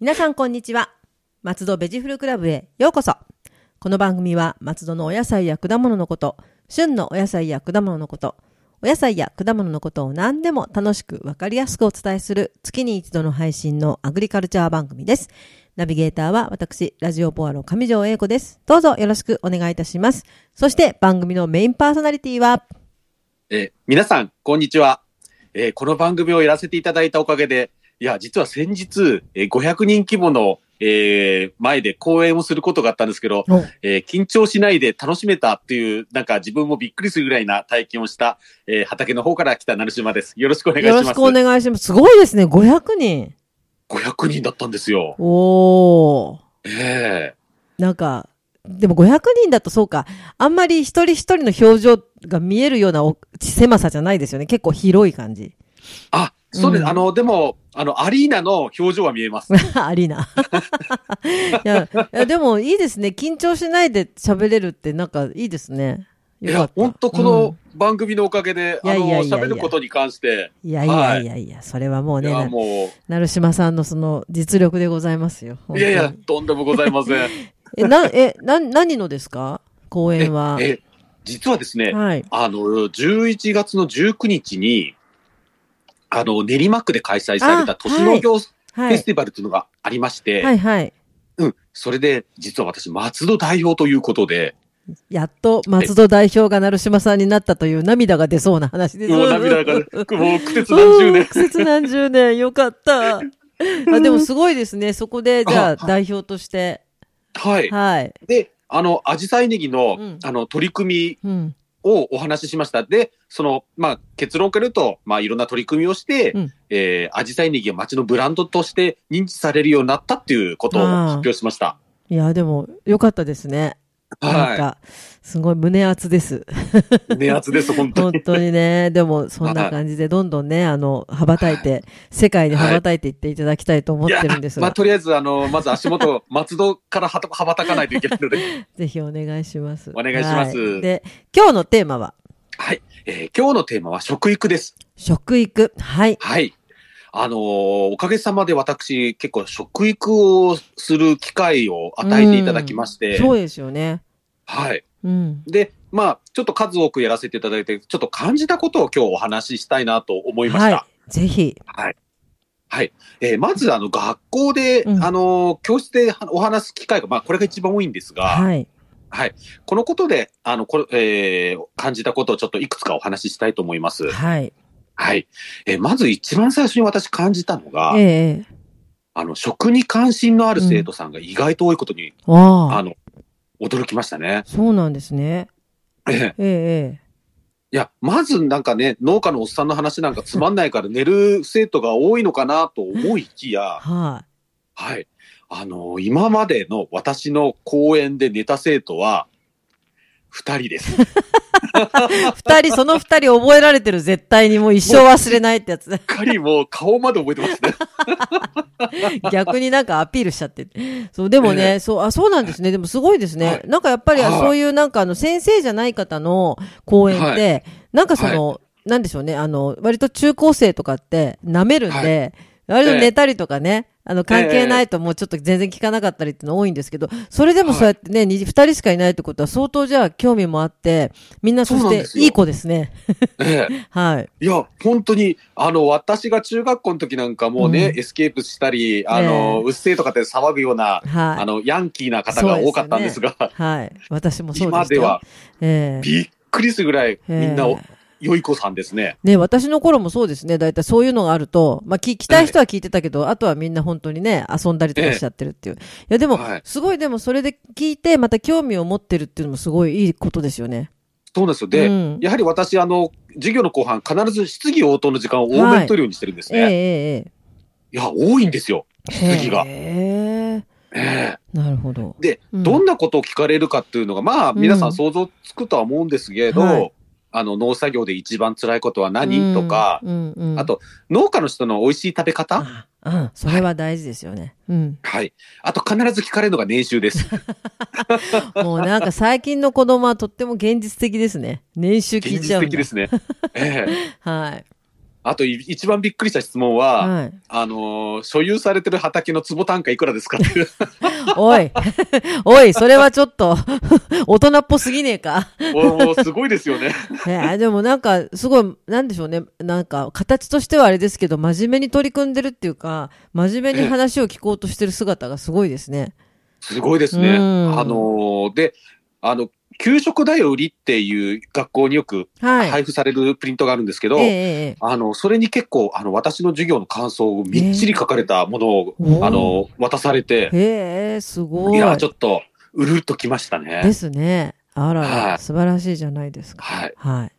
皆さんこんにちは。松戸ベジフルクラブへようこそ。この番組は松戸のお野菜や果物のこと、旬のお野菜や果物のこと、お野菜や果物のことを何でも楽しくわかりやすくお伝えする月に一度の配信のアグリカルチャー番組です。ナビゲーターは私、ラジオボアの上条英子です。どうぞよろしくお願いいたします。そして番組のメインパーソナリティは、えー皆さん、こんにちは、えーこの番組をやらせていただいたおかげで、いや、実は先日、えー500人規模の、えー前で講演をすることがあったんですけど、えー緊張しないで楽しめたっていう、なんか自分もびっくりするぐらいな体験をした、えー畑の方から来た成島です。よろしくお願いしよます。ろしくお願いします。すごいですね、500人。 500人だったんですよ。おー。ええなんか、でも500人だとそうか、あんまり一人一人の表情が見えるようなお狭さじゃないですよね。結構広い感じ。 あ、そうです。うんあの、でも、あの、アリーナの表情は見えます。アリーナ。 いや、いやでもいいですね。緊張しないで喋れるってなんかいいですね。いよかっや、た本当この、番組のおかげで、いやいやいやあの、いや喋ることに関して、うんいやいやいやいや、それはもういね、や、なもう、成島さんのその実力でございますよ。本い当やにいや、とんでもございません。 え、な、え、な、何のですか公演は。え、実はですね、はい。あの、11月の19日に、あの、練馬区で開催されたあ年の行フはェスい。ティバルというのがありまして、はいはい。うん、それで、実は私、松戸代表ということで、やっと松戸代表が成島さんになったという涙が出そうな話です。もう涙 が、もう苦節何十うん年。苦節何十年。よかった。あでもすごいですね。そこで、じゃああ代表として。はい。はい。で、あの、アジサイネギの、うんあの、取り組みうん。をお話ししました。で、その、まあ、結論から言うと、まあ、いろんな取り組みをして、うんえー、アジサイネギが街のブランドとして認知されるようになったっていうことを発表しました。いや、でも、よかったですね。なんはか、すごい胸熱です。い。値圧です、本当本に。当にね。でも、そんな感じで、どんどんね、あの、羽ばたいて、世界に羽ばたいていっていただきたいと思ってるんですまあ、が、とりあえず、あの、まず足元、松戸からはた羽ばたかないといけないので、 ぜひお願いします。お願いしますはいで、今日のテーマは、はい。えー今日のテーマは食育です。食育。はい。はい。あのーおかげさまで私、結構食育をする機会を与えていただきまして、そうですよね。はい。うん。で、まあ、ちょっと数多くやらせていただいて、ちょっと感じたことを今日お話ししたいなと思いました。はい。い。ぜひ。えーまず、あの、学校で、うんあのー教室でお話す機会が、まあ、これが一番多いんですが、はい。はい。このことで、あの、これ、えー感じたことをちょっといくつかお話ししたいと思います。はい。はい。えーまず一番最初に私感じたのが、ええ。あの、食に関心のある生徒さんが意外と多いことに、あああ。の、驚きましたね。そうなんですね。ええええ。いや、まずなんかね、農家のおっさんの話なんかつまんないから寝る生徒が多いのかなと思いきや、ははい。あの、今までの私の講演で寝た生徒は、二人です。い。二人、その二人覚えられてる絶対にもう一生忘れないってやつ。しっかりもう顔まで覚えてますね。 逆になんかアピールしちゃって。そう、でもえね、そう、あ、そうなんですね。でもすごいですはねい。なんかやっぱり、はいそういうなんかあの、先生じゃない方の講演って、なんかその、なんでしょうね、あの、割と中高生とかって舐めるんで、割と寝たりとかね、あの、関係ないともうちょっと全然聞かなかったりっての多いんですけど、それでもそうやってね、に二人しかいないってことは相当じゃあ興味もあって、みんなそそうなしんですてよいい子ですね。ええはい。いや、本当に、あの、私が中学校の時なんかもうね、うんエスケープしたり、あの、えうっせーとかって騒ぐような、あはい。の、ヤンキーな方が多かったんですが、はい。私もそうで今したでよ。はええびっくりするぐらい、みんなおええ、良い子さんですね。ね、私の頃もそうですね。だいたいそういうのがあると、まあ、聞きたい人は聞いてたけど、あとはみんな本当にね、遊んだりとかしちゃってるっていう。いや、でも、はいすごいでもそれで聞いて、また興味を持ってるっていうのもすごいいいことですよね。そうなんですよ。で、うんやはり私、あの、授業の後半、必ず質疑応答の時間を多めに取るようにしてるんですえね。い、えや、多いんですよ。ええええ。質疑がえええなるほど。で、うんどんなことを聞かれるかっていうのが、まあ、うん皆さん想像つくとは思うんですけど、はいあの、農作業で一番辛いことは何、とか、うん、うんうんあと、農家の人の美味しい食べ方あうん、それは大事ですよね。うん。はい。あと必ず聞かれるのが年収です。もうなんか最近の子供はとっても現実的ですね。年収 聞現いちゃ実うん的だですね。ええ。はい。あとい一番びっくりした質問は、はい。あのー所有されてる畑の坪単価いくらですかっていう おい。 おい、それはちょっと、 大人っぽすぎねえか。 もう、もうすごいですよね。えーでもなんか、すごい、なんでしょうね。なんか、形としてはあれですけど、真面目に取り組んでるっていうか、真面目に話を聞こうとしてる姿がすごいですね。すごいですね。あうんのーで、あの、給食だよ売りっていう学校によくはい。配布されるプリントがあるんですけど、ええええあの、それに結構、あの、私の授業の感想をみっちり書かれたものを、ええあの、渡されて、ええすごい。いや、ちょっと、うるっときましたねで。すね。あらら、はい素晴らしいじゃないですか。はい。は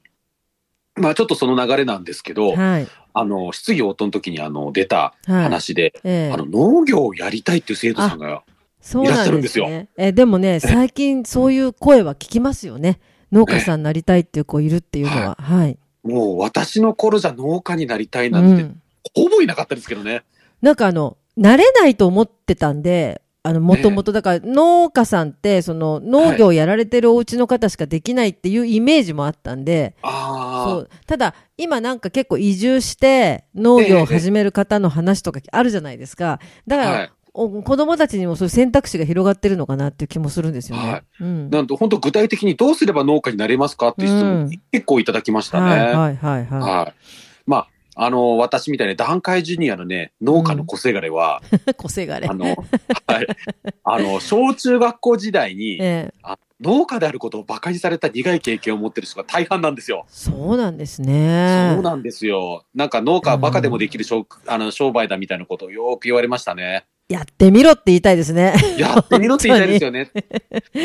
まあ、ちょっとその流れなんですけい。ど、はい。あの、質疑応答の時に、あの、出たはい。話で、ええあの、農業をやりたいっていう生徒さんが、そういらっしゃるなんんでですすよね。え、でもね、最近そういう声は聞きますよね。農家さんになりたいっていう子いるっていうのは。はい。もう私の頃じゃ農家になりたいなうんて、ん。ほぼいなかったですけどね。なんかあの、慣れないと思ってたんで、あの、もともと、だから農家さんって、その農業をやられてるお家の方しかできないっていうイメージもあったんで、そあう。ただ、今なんか結構移住して農業を始める方の話とかあるじゃないですか。だあ、から、はい。お子供たちにもそういう選択肢が広がってるのかなっていう気もするんですよね。はいうん。なんと、本当具体的にどうすれば農家になれますかっていう質問、うん結構いただきましたね。はいはいはいははい。まあ、あの、私みたいな段階ジュニアのね、農家の小せがれは、い。個性がねあ。の、はい。あの、小中学校時代に、ええあ農家であることを馬鹿にされた苦い経験を持ってる人が大半なんですよ。そうなんですそね。うなんですよ。なんか農家はバカでもできる商,、あの商売だみたいなことをよく言われました ね。やってみろって言いたいですね。やってみろって言いたいですよね。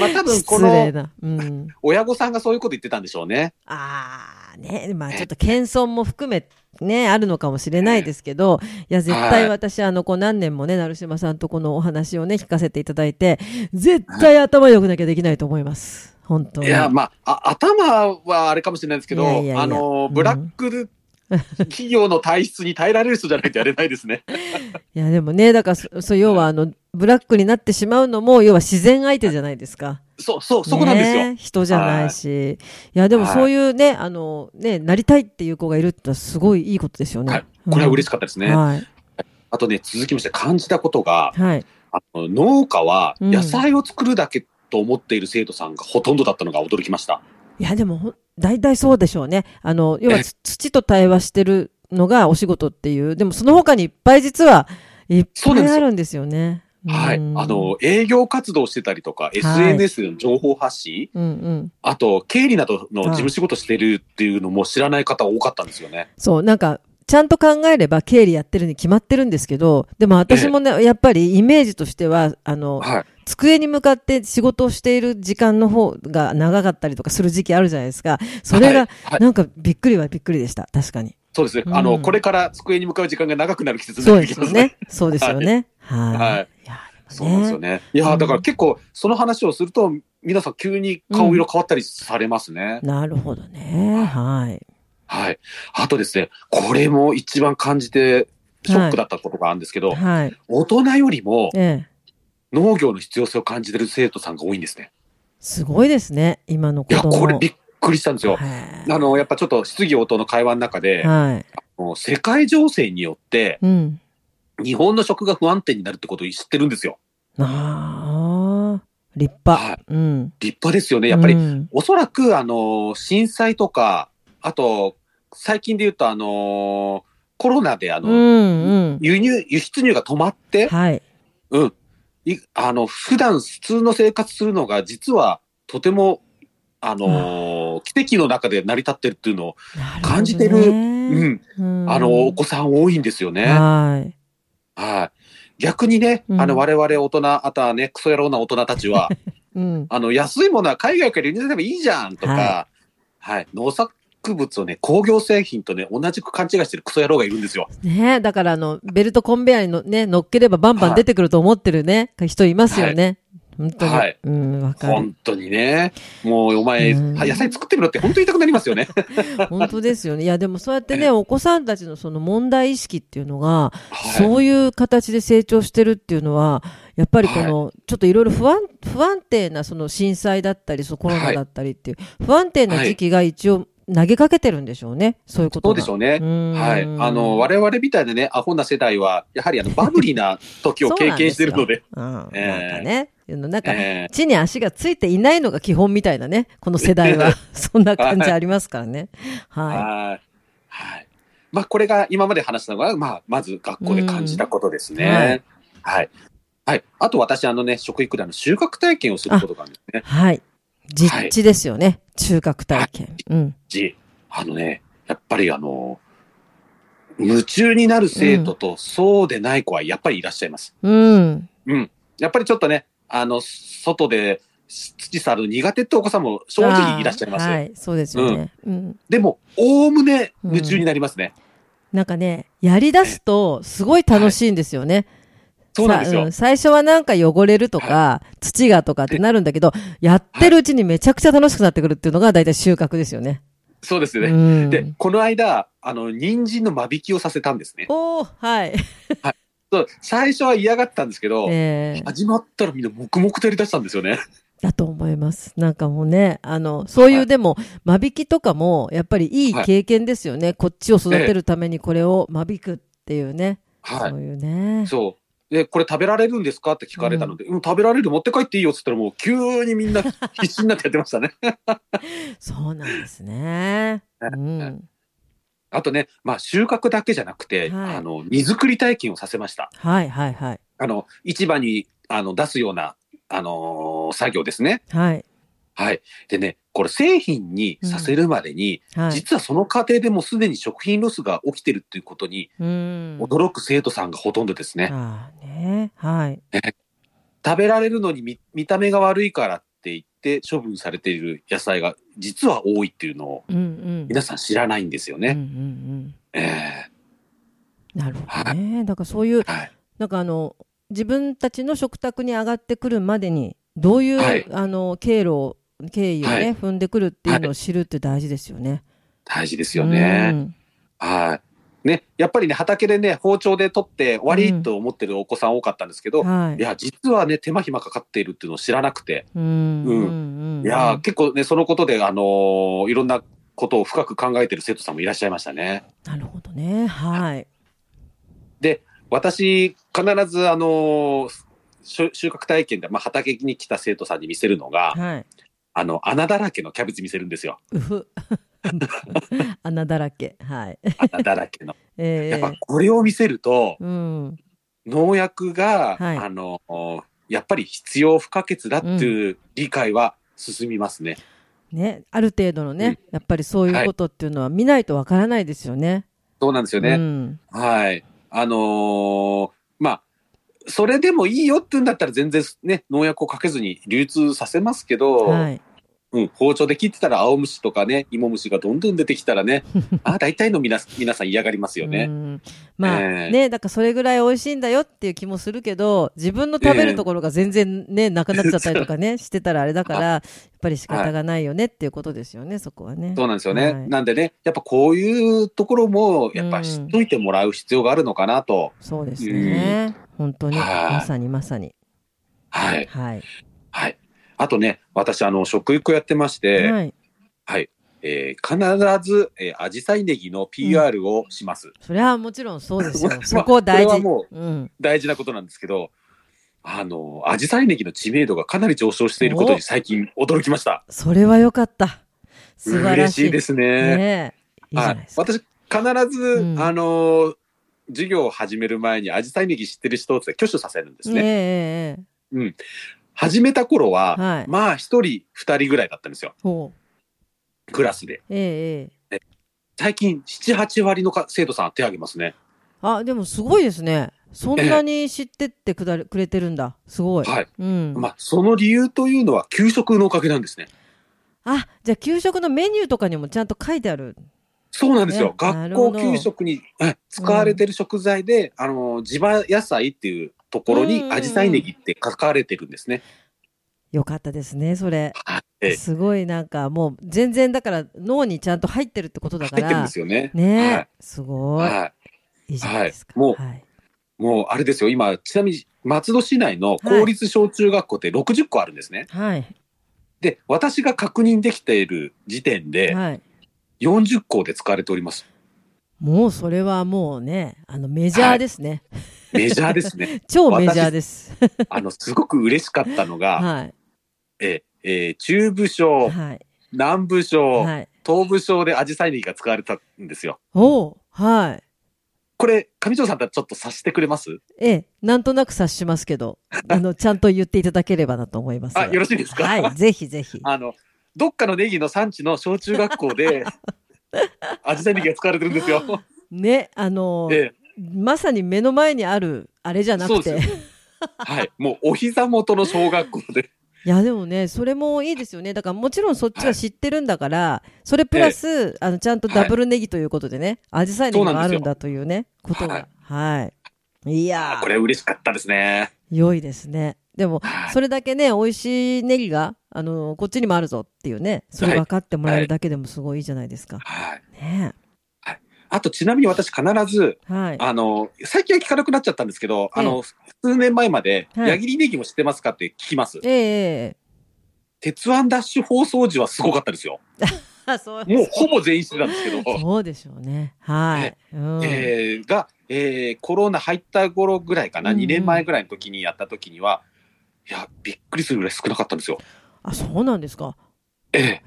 まあ多分こ 失礼のな。うん。親御さんがそういうこと言ってたんでしょうね。ああ、ね、まあちょっと謙遜も含め、ね、あるのかもしれないですけど、いや、絶対私、あの、こう何年もね、成島さんとこのお話をね、聞かせていただいて、絶対頭良くなきゃできないと思います。本当いに。や、まあ、あ頭はあれかもしれないですけど、いやいやいやあうの、んブラック企業の体質に耐えられる人じゃないとやれないですね。 いや、でもね、だからそ、そう、要はあの、ブラックになってしまうのも、要は自然相手じゃないですか。そう、そう、そこなんですよ。ね人じゃないし。い、や、でもはいそういうね、あの、ね、なりたいっていう子がいるってのはすごいいいことですよね。はい。これは嬉ししかったですいね。はい。あとね、続きまして感じたことが、はい。あの農家はうん野菜を作るだけと思っている生徒さんがほとんどだったのが驚きました。いや、でもほん、大体そうでしょうね。あの、要はつ土と対話してるのがお仕事っていう。でもその他にいっぱい実は、いっそうなぱんいですよあるんですよね。はい。あうん、の、営業活動してたりとか、SNS の情報発信、うんうん。あと、経理などのはい事務仕事してるっていうのも知らない方多かったんですよね。そう、なんか、ちゃんと考えれば経理やってるに決まってるんですけど、でも私もね、やっぱりイメージとしては、あの、はい。机に向かって仕事をしている時間の方が長かったりとかする時期あるじゃないですか。それはがい、はいなんかびっくりはびっくりでした。確かに。そうですね。うんあの、これから机に向かう時間が長くなる季節にそなうっでてきすまよすね。ね。そうですよね。はい。はいいや そうなんですよね。いうんや、だから結構、その話をすると、皆さん急に顔色変わったりされますね。なるほどね。はい。はい。あとですね、これも一番感じて、ショックだったことがあるんですけど、はい。大人よりもええ。農業の必要性を感じてる生徒さんが多いんですね。すごいですね。今のい子や、供。これびっくりしたんですよ。はいあの、やっぱちょっと質疑応答の会話の中で、はい。もう世界情勢によって、うん。日本の食が不安定になるってことを知ってるんですよ。ああ。立派。はいうん。立派ですよね。やっぱり、うんおそらく、あの、震災とか、あと、最近で言うと、あの、コロナで、あうの、んうん。輸入、輸出入が止まって、はい。うん。いあの、普段普通の生活するのが、実はとても、あのー奇跡の中で成り立ってるっていうのを、感じてるなほどうねん。あの、お子さん多いんですよね。ははい。い。逆にね、うんあの、我々大人、あとはね、クソ野郎な大人たちは、うん。あの、安いものは海外から輸入すればいいじゃんとか、ははい、農作物をね、工業製品とね、同じく勘違いしてるクソ野郎がいるんですよ。ねだからあの、ベルトコンベヤーにの、ね、乗っければバンバン出てくると思ってるね、人いますよね。本当に。はいうん、わかる。本当にね。もうお前、うんは野菜作ってみろって本当に言いたくなりますよ ね。本当ですよね。いや、でもそう やってね、お子さんたちのその問題意識っていうのが、はい。そういう形で成長してるっていうのは、やっぱりこの、ちょっといろいろ不安、不安定なその震災だったり、そうコロナだったりっていう、不安定な時期が一応投げかけてるんでしょうね。そういうことそが。うでしょうね。うんはい。あの、我々みたいなね、アホな世代は、やはりあの、バブリーな時を経験してるので、うん、なんかええね、なんか、え地に足がついていないのが基本みたいなね、この世代は。 そんな感じありますからね。ーははい。はい。まあ、これが今まで話したのが、まあ、まず学校で感じたことですね。はい。はい。あと私、あのね、食育であの、収穫体験をすることがあるんですねい。。はい。実地ですよね。中核体験。うん。しあのね、やっぱりあの、夢中になる生徒と、そうでない子はやっぱりいらっしゃいます。うん。うん。やっぱりちょっとね、あの、外で土触る苦手ってお子さんも正直いらっしゃいます。あーはい。そうですよね。うんでも、おおむね夢中になりますね。なんかね、やり出すと、すごい楽しいんですよね。そうなんですよさ。最初はなんか汚れるとか、土がとかってなるんだけど、やってるうちにめちゃくちゃ楽しくなってくるっていうのが大体収穫ですよね。そうですうね。ん、で、この間、あの、人参の間引きをさせたんですね。おー、はい。そう最初は嫌がってたんですけど、えー始まったらみんな黙々とやり出したんですよね。だと思います。なんかもうね、あの、そういはういでも、間引きとかも、やっぱりいい経験ですよね。こっちを育てるためにこれを間引くっていうね。はいそ。ういうね。そう。で、これ食べられるんですかって聞かれたので、うん、食べられる、持って帰っていいよって言ったら、もう急にみんな必死になってやってま したね。そうなんですね。うん。あとね、まあ、収穫だけじゃなくて、はいあの、荷造り体験をさせました。はいはいはい。あの、市場に、あの、出すような、あのー作業ですね。はい。はい。でね、これ製品にさせるまでに、はい。実はその過程でもうすでに食品ロスが起きてるっていうことにうん。驚く生徒さんがほとんどですね。ああね。はい。食べられるのに見見た目が悪いからって言って処分されている野菜が実は多いっていうのをうんうん。皆さん知らないんですようんうね。んえうん。なるほどね。だからそういうえ、はい。なんかあの、自分たちの食卓に上がってくるまでに、どういう、はいあの、経路を、経緯をね、はい踏んでくるっていうのを知るって大事ですよね。大事ですよね。はい。ね、やっぱりね、畑でね、包丁で取って終わりと思ってるお子さん多かったんですけうど、ん。はいい。や、実はね、手間暇かかっているっていうのを知らなくて、うんうんうん。いやー、結構ね、そのことで、あのーいろんなことを深く考えてる生徒さんもいらっしゃいましたね。なるほどね。はい。私、必ず、あのー収収穫体験で、まあ、畑に来た生徒さんに見せるのが、はい。あの、穴だらけのキャベツ見せるんです よ。うふ。穴だらけ。はい。穴だらけの。えやっえぱこれを見せると、うん。農薬が、はいあのーやっぱり必要不可欠だっていう理解は進みますね。ね、ある程度のね、うんやっぱりそういうことっていうのは見ないとわからないですよね。そうなんですようね。ん、はい。あのーまあ、それでもいいよって言うんだったら全然ね、農薬をかけずに流通させますけど、はい。うん、包丁で切ってたら青虫とかね、芋虫がどんどん出てきたら ね、あ大体の皆さん皆さん嫌がりますようね。んまあ、ええね、だからそれぐらい美味しいんだよっていう気もするけど、自分の食べるところが全然ね、なくなっちゃったりと かね、してたらあれだから、やっぱり仕方がないよねっていうことですよね、そこはね。そうなんですよね。はいなんでね、やっぱこういうところも、やっぱ知っといてもらう必要があるのかなと。そうですよね。本当に。はいまさにまさに。はい。はい。はい。あとね、私、あの、食育やってまして、はい。えー必ず、えー、アジサイネギの PR をします。それはもちろんそうで すまよ。あそこ大事。これはもうん。大事なことなんですけど、あの、アジサイネギの知名度がかなり上昇していることに最近驚きました。それは良かった。素晴ら嬉しい。しいですすね。ねえ。いいじはゃいないですか。私、必ず、うんあのー授業を始める前に、アジサイネギ知ってる人って挙手させるんですええね。えええ始めた頃は、えはい。まあ、一人、二人ぐらいだったんですよ。ほう。クラスで。ええええ最近、七、八割のか生徒さん手挙げますね。あ、でもすごいですね。そんなに知ってってくだれくれてるんだ。すごい。はい。うん。まあ、その理由というのは、給食のおかげなんですね。あ、じゃあ給食のメニューとかにもちゃんと書いてある。そうなんですよ。ねな学るほ校ど給食に、はい使われてる食材で、あのー地場野菜っていうところうんうんに、うんアジサイネギって書かれてるんですね。よかったですね、それ。はい。すごいなんかもう全然だから脳にちゃんと入ってるってことだか入ってるんらで。すよね。ねはいすごい。はいいじゃないですはいか。もうはいい。もう、あれですよ。今、ちなみに、松戸市内の公立小中学校って60個あるんですね。はい。で、私が確認できている時点で、はい。 40校で使われております。もうそれはもうね、あのメジャーですね。メジャーです ね。超メジャーです。あの、すごく嬉しかったのが、 はい。え、えー中部省、はい。南部省、はい。東部省でアジサイネギが使われたんですよ。おうはい。これ、上条さんとはちょっと察してくれますええ、なんとなく察します けど、あの、ちゃんと言っていただければなと思います。あ、よろしいですかはい。ぜひぜひ。あの、どっかのネギの産地の小中学校 で、アジサイネギが使われてるんですよ。ね、あの、ええまさに目の前にある、あれじゃなくそうてで。はい。もう、お膝元の小学校で。いやでもね、それもいいですよね。だからもちろんそっちは知ってるんだから、それプラス、あの、ちゃんとダブルネギということでね、アジサイネギがあるんだというね、ことが。はい。いやあーこれ嬉しかったですね。良いですね。でもは、いそれだけね、美味しいネギが、あの、こっちにもあるぞっていうね、それ分かってもらえるだけでもすごいいいじゃないですか。はい。ねあと、ちなみに私必ず、えはい。あの、最近は聞かなくなっちゃったんですけど、あの、数年前まで、はい矢切ネギも知ってますかって聞きます。えええ鉄腕ダッシュ放送時はすごかったですよ。え あ、そう。もうほぼ全員知ってたんですけど、 そうでしょうね。はい。うん。えーが、えーコロナ入った頃ぐらいかな、うんうん2年前ぐらいの時にやった時には、いや、びっくりするぐらい少なかったんですよ。あ、そうなんですか。ええへ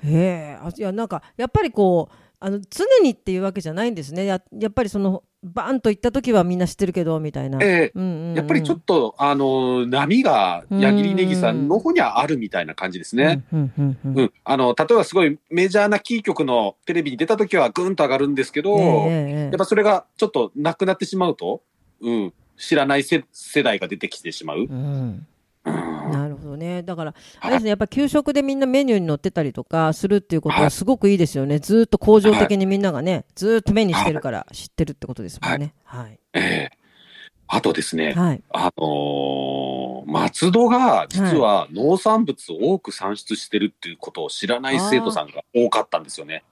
えあいやなんかやっぱりこうあの常にっていうわけじゃないんですねややっぱりそのバーンと行った時はみんな知ってるけどみたいな、ええうんうんうんやっぱりちょっと、あの、波が、矢切ネギさんの方にはあるみたいな感じですね。うんうんうんううんん。あの、例えばすごいメジャーなキー局のテレビに出た時はぐんと上がるんですけど、えやえええっぱそれがちょっとなくなってしまうと、うん、知らないせ世代が出てきてしまう。うんうんなるほどねだからあれですねやっぱ給食でみんなメニューに載ってたりとかするっていうことはすごくいいですよねずーっと恒常的にみんながねずーっと目にしてるから知ってるってことですもんねはいええあとですね、はいあのー松戸が実は農産物を多く産出してるっていうことを知らない生徒さんが多かったんですよね。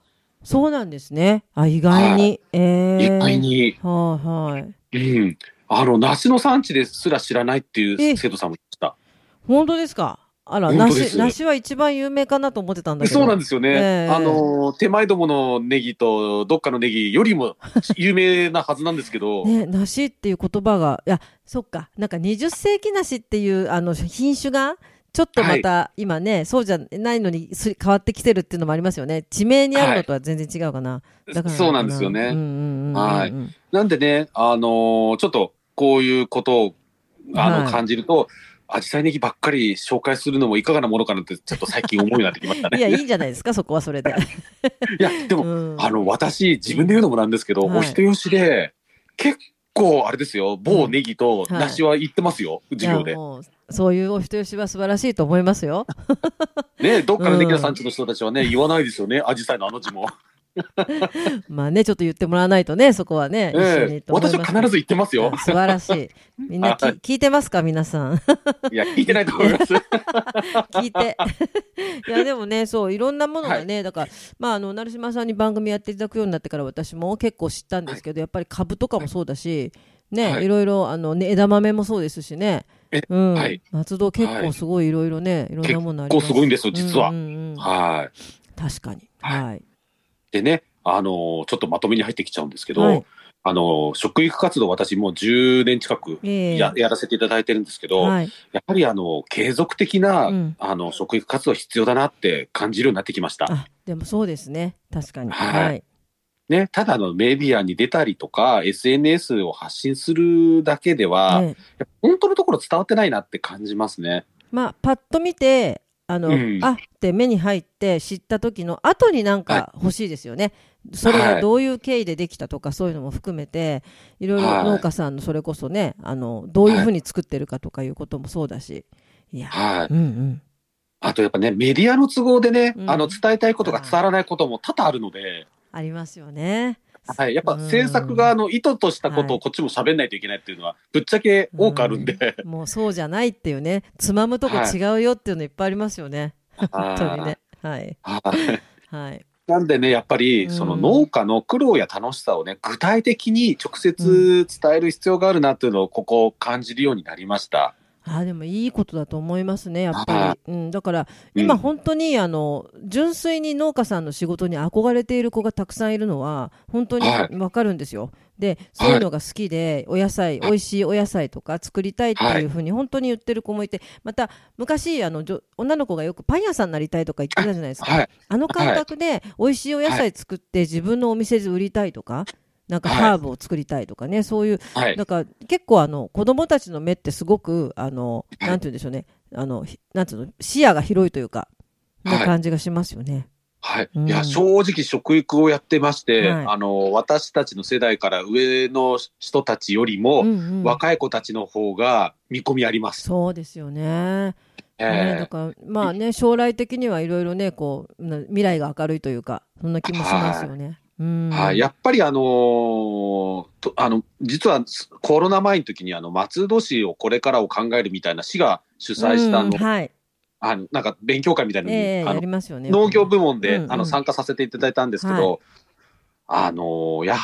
そうなんですねあ意外はにええ意外に。はいはいうん。あの、梨の産地ですら知らないっていう生徒さんもいました。本当ですかあら、本当です梨、梨は一番有名かなと思ってたんだけど。そうなんですよね。ええあのー、手前どものネギとどっかのネギより も有名なはずなんですけど、ね、梨っていう言葉が、いや、そっか、なんか20世紀梨っていう、あの、品種が、ちょっとまた、今ね、そうじゃないのにす変わってきてるっていうのもありますよね。地名にあるのとは全然違うかな。だからそうなんですようんうね。んうんうんうんはいなんでね、あのーちょっとこういうことをあの、はい感じると、アジサイネギばっかり紹介するのもいかがなものかなって、ちょっと最近思うようになってきま したね。いや、いいんじゃないですか、そこはそ れで。いや、でも、うんあの、私、自分で言うのもなんですけど、はいお人よしで、結構、あれですよ、某ネギとうん梨は言ってますよ、授業いでや。もうそういうお人よしは素晴らしいと思いますよ。ね、どっかのネギの産地の人たちはね、言わないですよね、アジサイのあの字も。まあね、ちょっと言ってもらわないとね、そこはね、一緒えにえと思います私けどは必ず言ってます よあ。素晴らし い。みんなきは聞いてますか皆さん。 いや、聞いてないと思います。聞いて。 いや、でもね、そう、いろんなものがね、だから、まあ、あの、成島さんに番組やっていただくようになってから私も結構知ったんですけど、やっぱり株とかもそうだし、ね、はいい、ろいろ、あの、ね、枝豆もそうですしねえ。うん。はい松戸結構すごいいろいろね、いろんなものありこまうす。すごいんですよ、実はうん。うんうんはい。確かに。はいはい。でね、あのーちょっとまとめに入ってきちゃうんですけど、はいあのー食育活動、私もう10年近くええや,、やらせていただいてるんですけど、はい。やっぱりあの、継続的な、うんあの、食育活動必要だなって感じるようになってきました。あ、でもそうですね。確かに。はいはい。ね、ただあのメディアに出たりとか、SNS を発信するだけでは、ね本当のところ伝わってないなって感じますね。まあ、パッと見て、あの、うんあって目に入って知った時の後になんか欲しいですよね。それがどういう経緯でできたとか、そういうのも含めて、いろいはろい農家さんのそれこそね、あの、どういうふうに作ってるかとかいうこともそうだし。いや、はい。うんうん。あとやっぱね、メディアの都合でね、うんあの、伝えたいことが伝わらないことも多々あるので、ありますよね。はい。やっぱ制作側の意図としたことをこっちも喋んないといけないっていうのは、ぶっちゃけ多くあるんで。もうそうじゃないっていうね、つまむとこ違うよっていうのいっぱいありますよね。は本い当にね。はい。はいはい。なんでね、やっぱうり、んその農家の苦労や楽しさをね、具体的に直接伝える必要があるなっていうのを、ここ感じるようになりました。あーでもいいことだと思いますね、やっはぱいり。うん、だから、うん今本当に、あの、純粋に農家さんの仕事に憧れている子がたくさんいるのは、本当にはわかるんですよ。で、そういうのが好きで、お野菜、美味しいお野菜とか作りたいっていうふうに本当に言ってる子もいて、また、昔、あの、女女の子がよくパン屋さんになりたいとか言ってたじゃないですか。はい。あの感覚で、美味しいお野菜作って自分のお店で売りたいとか、なんかハーブを作りたいとかね、そういう、はい。なんか結構あの、子供たちの目ってすごく、あの、はいなんて言うんでしょうね、あの、ひなんていうの、視野が広いというか、はいな感じがしますよね。はい。うんいや、正直食育をやってまして、はいあの、私たちの世代から上の人たちよりうんも、うん若い子たちの方が見込みあります。そうですよね。ねだえから、まあね、将来的にはいろいろね、こう、な未来が明るいというか、そんな気もしますよね。うん。えはい。やっぱりあのーとあの、実はコロナ前の時にあの、松戸市をこれからを考えるみたいな市が主催したあうんの、はい。あの、なんか勉強会みたいなのに、ええあやのり、ますよね。農業部門で、うんうんあの、参加させていただいたんですけど、あのー、や、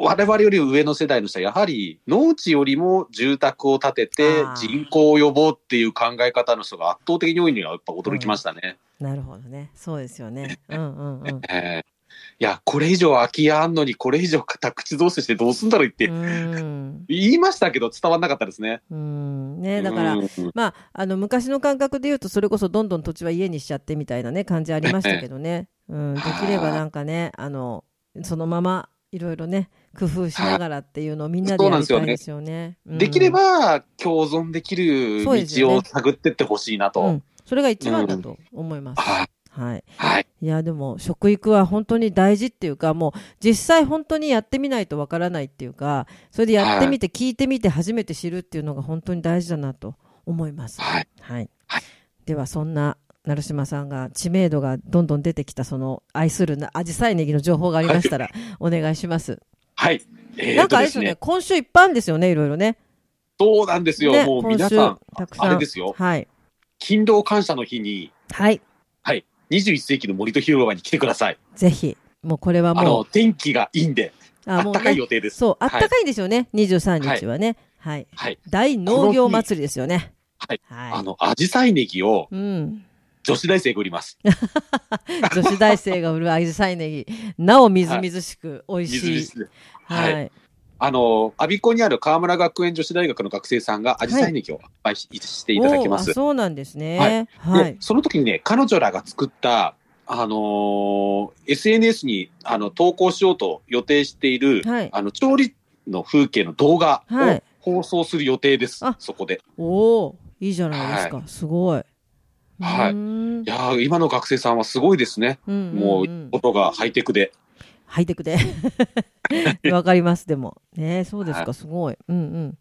我々より上の世代の人は、やはり農地よりも住宅を建ててあー人口を呼ぼうっていう考え方の人が圧倒的に多いのはやっぱ驚きましたね。なるほどね。そうですよね。うんうんうん。えーいや、これ以上空き家あんのに、これ以上宅地造成してどうすんだろうって、うん言いましたけど伝わんなかったですね。うんね、だから、うんまあ、あの昔の感覚で言うとそれこそどんどん土地は家にしちゃってみたいな、ね、感じありましたけ どね、うん、できればなんかねあのそのままいろいろね工夫しながらっていうのをみんなでやりたいですよね。うんできれば共存できるそうですよ道ねを探ってってほしいなと。うん、それが一番だと思います。はい。はい、はい。いやでも食育は本当に大事っていうかもう実際本当にやってみないとわからないっていうかそれでやってみて聞いてみて初めて知るっていうのが本当に大事だなと思います。はい。はい。はいでは、そんな、成島さんが知名度がどんどん出てきた、その、愛するな、アジサイネギの情報がありましたら、お願いします。はい。えなーんとかあれでですすよね、ね。今週いっぱいあるんですよね、いろいろね。そうなんですよ。ねもう今皆週さん、たくさん。あれですよ。はい。勤労感謝の日に、はい。はい。21世紀の森と広場に来てください。ぜひ。もうこれはあもの、う、天気がいいんで、ああもっうたかいね、予定です。そう、あったかいんですよね、23日はね。はい。はい。大農業祭りですよね。はい。あはい。の、アジサイネギをうん。女子大生が売ります。女子大生が売るアジサイネギ、なおみずみずしく美味みずしみい。ずでははいい。あの、アビコにある河村学園女子大学の学生さんがアジサイネギを販売ししていただきまおーすあ。そうなんですね。はでい。その時にね、彼女らが作った、あのー SNS にあの投稿しようと予定している、はいあの調理の風景の動画はをい放送する予定です、あそこで。おおいいじゃないですか。すごい。はいうーんいやー今の学生さんはすごいですね。うんうんうんもう、ことがハイテクで。ハイテクで。 わかります、でも。ねそうですか、すごい。うんうん。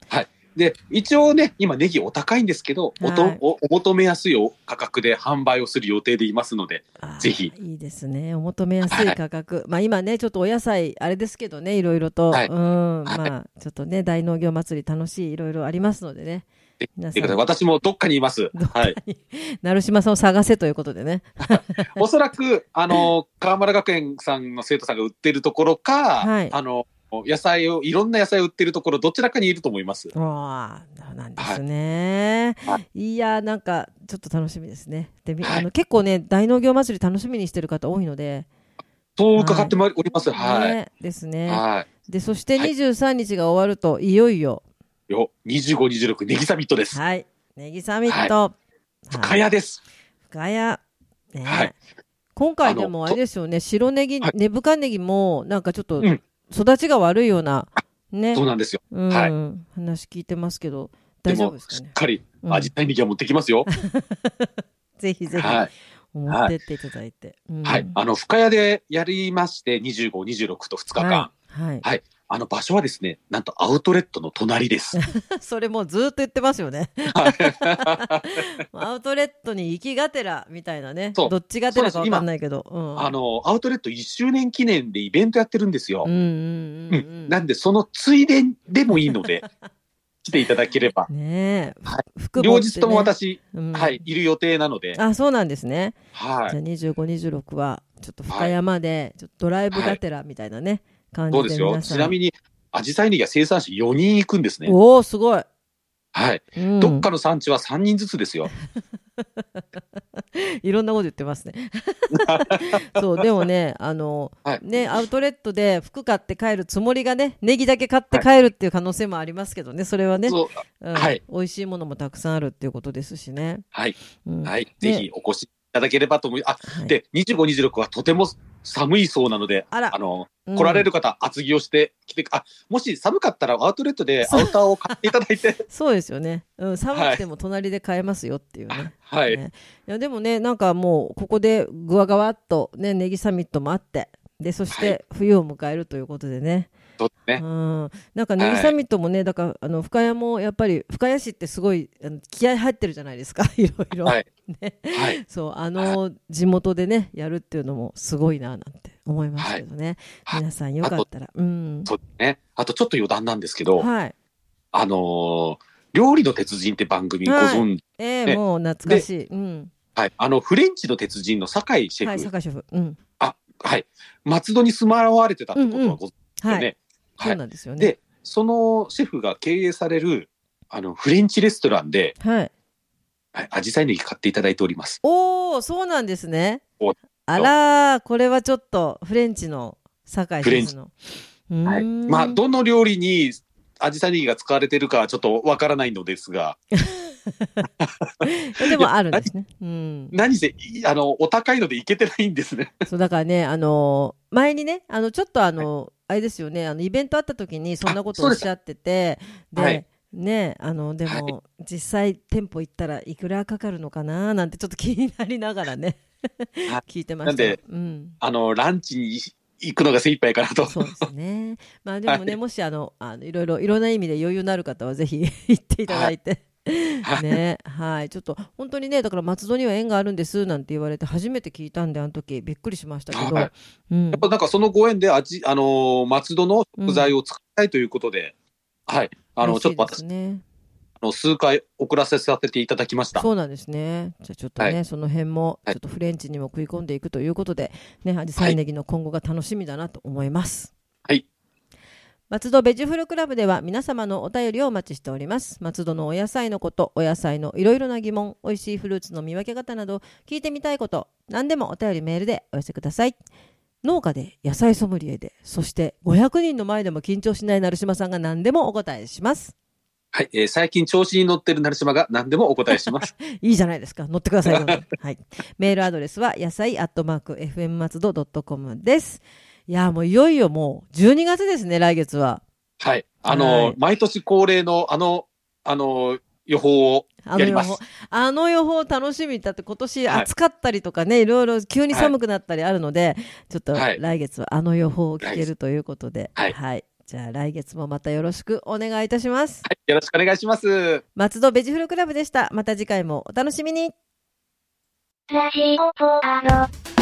で、一応ね、今ネギお高いんですけど、おとはいおお求めやすいお価格で販売をする予定でいますので、あーぜひいいですね。お求めやすい価格。まあ今ね、ちょっとお野菜、あれですけどね、いろいろと。はいうん。まあ、ちょっとね、大農業祭り楽しい、いろいろありますのでね。皆とさいうことでん、私もどっかにいます。はい。成島さんを探せということでね。おそらく、あの、河村学園さんの生徒さんが売ってるところか、はいあの、野菜を、いろんな野菜を売ってるところ、どちらかにいると思います。ああ、そうなんですね。、はいやー、なんか、ちょっと楽しみですね。で、みはいあの、結構ね、大農業祭り楽しみにしてる方多いので。そう伺ってまいりおります。はい。ね、ですね。はで、そしてはい23日が終わると、いよいよ、い。よ、25、26、ネギサミットです。はい、ネギサミット。深はい谷です。深谷。ね、はい今回であものあれですよね、白ネギ、はい根深ネギも、なんかちょっとうん、育ちが悪いような、ねそう、なんですよ。うん、は話聞いてますけど、で大丈夫も、ですかしっね。かり、うん味タイネギは持ってきますよ。ぜ ひぜひ。はい。持ってっていただいて。うんはい。あの、深谷でやりまして、25、26と2日間。はい。はい。あの場所はですね、なんとアウトレットの隣 です。 それもうずーっと言ってますよね。 アウトレットに行きがてらみたいなね。そうどっちがてらそかうなんですわかんないけど。うん。あの、アウトレット1周年記念でイベントやってるんですようん。うんうんうん。なんで、そのついででもいいの で、来ていただければ。ねえ。は服持両ってね日とも、私、うんはい、。いる予定なので、あ、そうなんですね。はじいゃあ、25、26は、ちょっと深山で、ちょっとドライブがてらみたいなね、感じそでうですよ。皆さん。ちなみに、アジサイネギは生産者4人行くんですね。おおすごい。はい。うんどっかの産地は3人ずつですよ。いろんなこと言っ てますね。そう、でもね、あの、はいね、アウトレットで服買って帰るつもりがね、ネギだけ買って帰るっていう可能性もありますけどね、それはね、そううんはい美味しいものもたくさんあるっていうことですしね。はい。うんはい。ねぜひお越しいただければと思い、あ、はいで、25、26はとても寒いそうなので、あらあの、うん来られる方、厚着をして来て、あ、もし寒かったらアウトレットでアウターを買っていただいて、そうですよね、うん、寒くても隣で買えますよっていうね。 はい。ねいやでもねなんかもうここでぐわがわっとねネギサミットもあってでそしはて冬を迎えるということでね、そうですうね。んなんかネギサミットもね、だからあの深谷もやっぱり深谷市ってすごいあの気合入ってるじゃないですか いろいろ、はい。ねはい。そうあの地元でねやるっていうのもすごいななんて思いますけどね、はい皆さんよかったらうんそうですね。あとちょっと余談なんですけど、はいあのー料理の鉄人って番組ご存知、ええねもう懐かしい、うん、はい、あの、フレンチの鉄人の酒井シェフ、ははいい、坂井シェフうん松戸に住まわれてたってことはご存知はい、よね。はそうい。なんですよねで、そのシェフが経営される、あの、フレンチレストランで、はいはい、アジサイネギ買っていただいております。おおそうなんですねお。あらーこれはちょっとフレンチの酒井シェフの。うーはい。んまあ、どの料理に、アジサイネギが使われてるかはちょっとわからないのですが、えでもあるんですね。うん。何せ、いあの、お高いのでいけてないんですね。そうだからねあのー前にねあのちょっとあの、あれですよねあのイベントあった時にそんなことをあおそうっですしゃっててで。はいねあのでも、実際店舗行ったらいくらかかるのかななんてちょっと気になりながらねは 聞いてましたようん、あの、ランチに行くのが精一杯かなと。そうで すね。まあでもね、はもしあの、あのいろいろ、いろんな意味で余裕のある方はぜひ 行っていただいて。はいね、はい、ちょっと本当にね、だから松戸には縁があるんですなんて言われて初めて聞いたんで、あの時びっくりしましたけど。はいうんやっ、ぱなんかそのご縁で味、あのー松戸の食材を使いたいということで、はい。あの、嬉ちしょっいとです私、ね。あの数回送らせさせていただきました。そうなんですね。じゃあちょっとね、はその辺も、ちはょいっとフレンチにも食い込んでいくということで、ね、アジサイネギの今後が楽しみだなと思います。はい。松戸ベジフルクラブでは皆様のお便りをお待ちしております。松戸のお野菜のこと、お野菜のいろいろな疑問、美味しいフルーツの見分け方など、聞いてみたいこと、何でもお便りメールでお寄せください。農家で、野菜ソムリエで、そして500人の前でも緊張しない成島さんが何でもお答えします。はい。えー最近調子に乗ってる成島が何でもお答えし ます。いいじゃないですか。乗ってく ださい。どうぞはい。メールアドレスは、野菜アットマーク、fm 松戸 .com です。いやー、もういよいよもう、12月ですね、来月は。はい。あのーはい毎年恒例のあの、あのー予報をあのやり予ます報、あの予報楽しみだって今年はい暑かったりとかね、い、ろいろ急に寒くなったりあるので、ちょっとはい来月はあの予報を聞けるということで、はいじゃあ来月もまたよろしくお願いいたします。はいよろしくお願いします。松戸ベジフルクラブでした。また次回もお楽しみに。ラジオポアド。